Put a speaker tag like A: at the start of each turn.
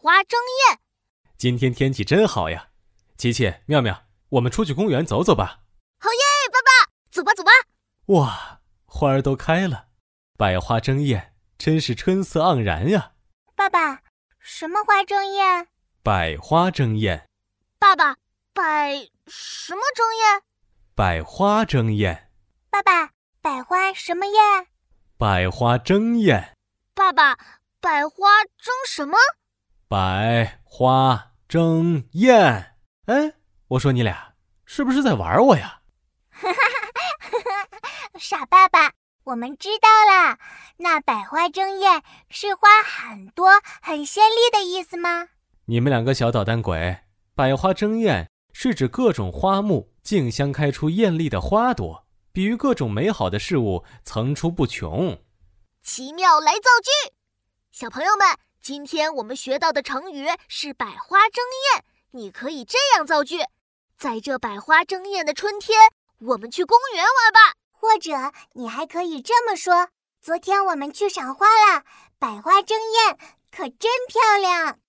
A: 花争艳。
B: 今天天气真好呀，琪琪、妙妙，我们出去公园走走吧。
A: 好耶，爸爸，走吧走吧。
B: 哇，花儿都开了，百花争艳，真是春色盎然呀！
A: 爸爸，什么花争艳？
B: 百花争艳，
A: 爸爸，百什么争艳？
B: 百花争艳，
A: 爸爸，百花什么艳？
B: 百花争艳，
A: 爸爸，百花争什么？
B: 百花争艳。哎，我说你俩是不是在玩我呀？
A: 傻爸爸，我们知道啦。那百花争艳是花很多、很绚丽的意思吗？
B: 你们两个小捣蛋鬼！百花争艳是指各种花木竞相开出艳丽的花朵，比喻各种美好的事物层出不穷。
A: 奇妙来造句，小朋友们，今天我们学到的成语是百花争艳。你可以这样造句：在这百花争艳的春天，我们去公园玩吧。
C: 或者你还可以这么说：昨天我们去赏花啦，百花争艳，可真漂亮。